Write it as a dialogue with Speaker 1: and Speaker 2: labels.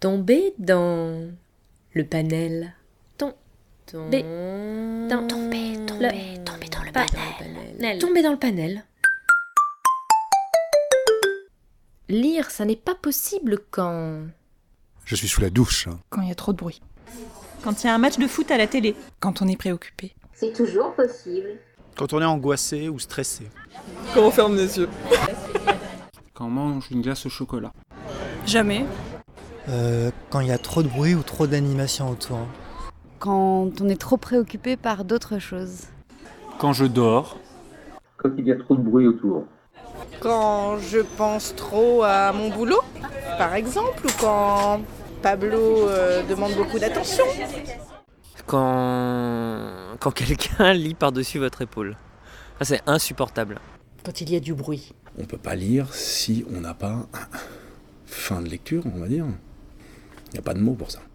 Speaker 1: tomber dans le panel. Tom-
Speaker 2: Tomber
Speaker 1: dans-
Speaker 2: tomber, tomber, tomber dans le
Speaker 1: Pas
Speaker 2: panel. Nel.
Speaker 1: Tomber dans le panel. Lire, ça n'est pas possible quand...
Speaker 3: Je suis sous la douche.
Speaker 4: Quand il y a trop de bruit.
Speaker 5: Quand il y a un match de foot à la télé.
Speaker 4: Quand on est préoccupé.
Speaker 6: C'est toujours possible.
Speaker 7: Quand on est angoissé ou stressé.
Speaker 8: Quand on ferme les yeux.
Speaker 9: quand on mange une glace au chocolat.
Speaker 4: Jamais.
Speaker 10: Euh, quand il y a trop de bruit ou trop d'animation autour.
Speaker 11: Quand on est trop préoccupé par d'autres choses.
Speaker 9: Quand je dors,
Speaker 12: Quand il y a trop de bruit autour.
Speaker 8: Quand je pense trop à mon boulot, par exemple, ou quand Pablo euh, demande beaucoup d'attention.
Speaker 13: Quand, quand quelqu'un lit par-dessus votre épaule. Ça, c'est insupportable.
Speaker 14: Quand il y a du bruit.
Speaker 15: On peut pas lire si on n'a pas fin de lecture, on va dire. Il n'y a pas de mots pour ça.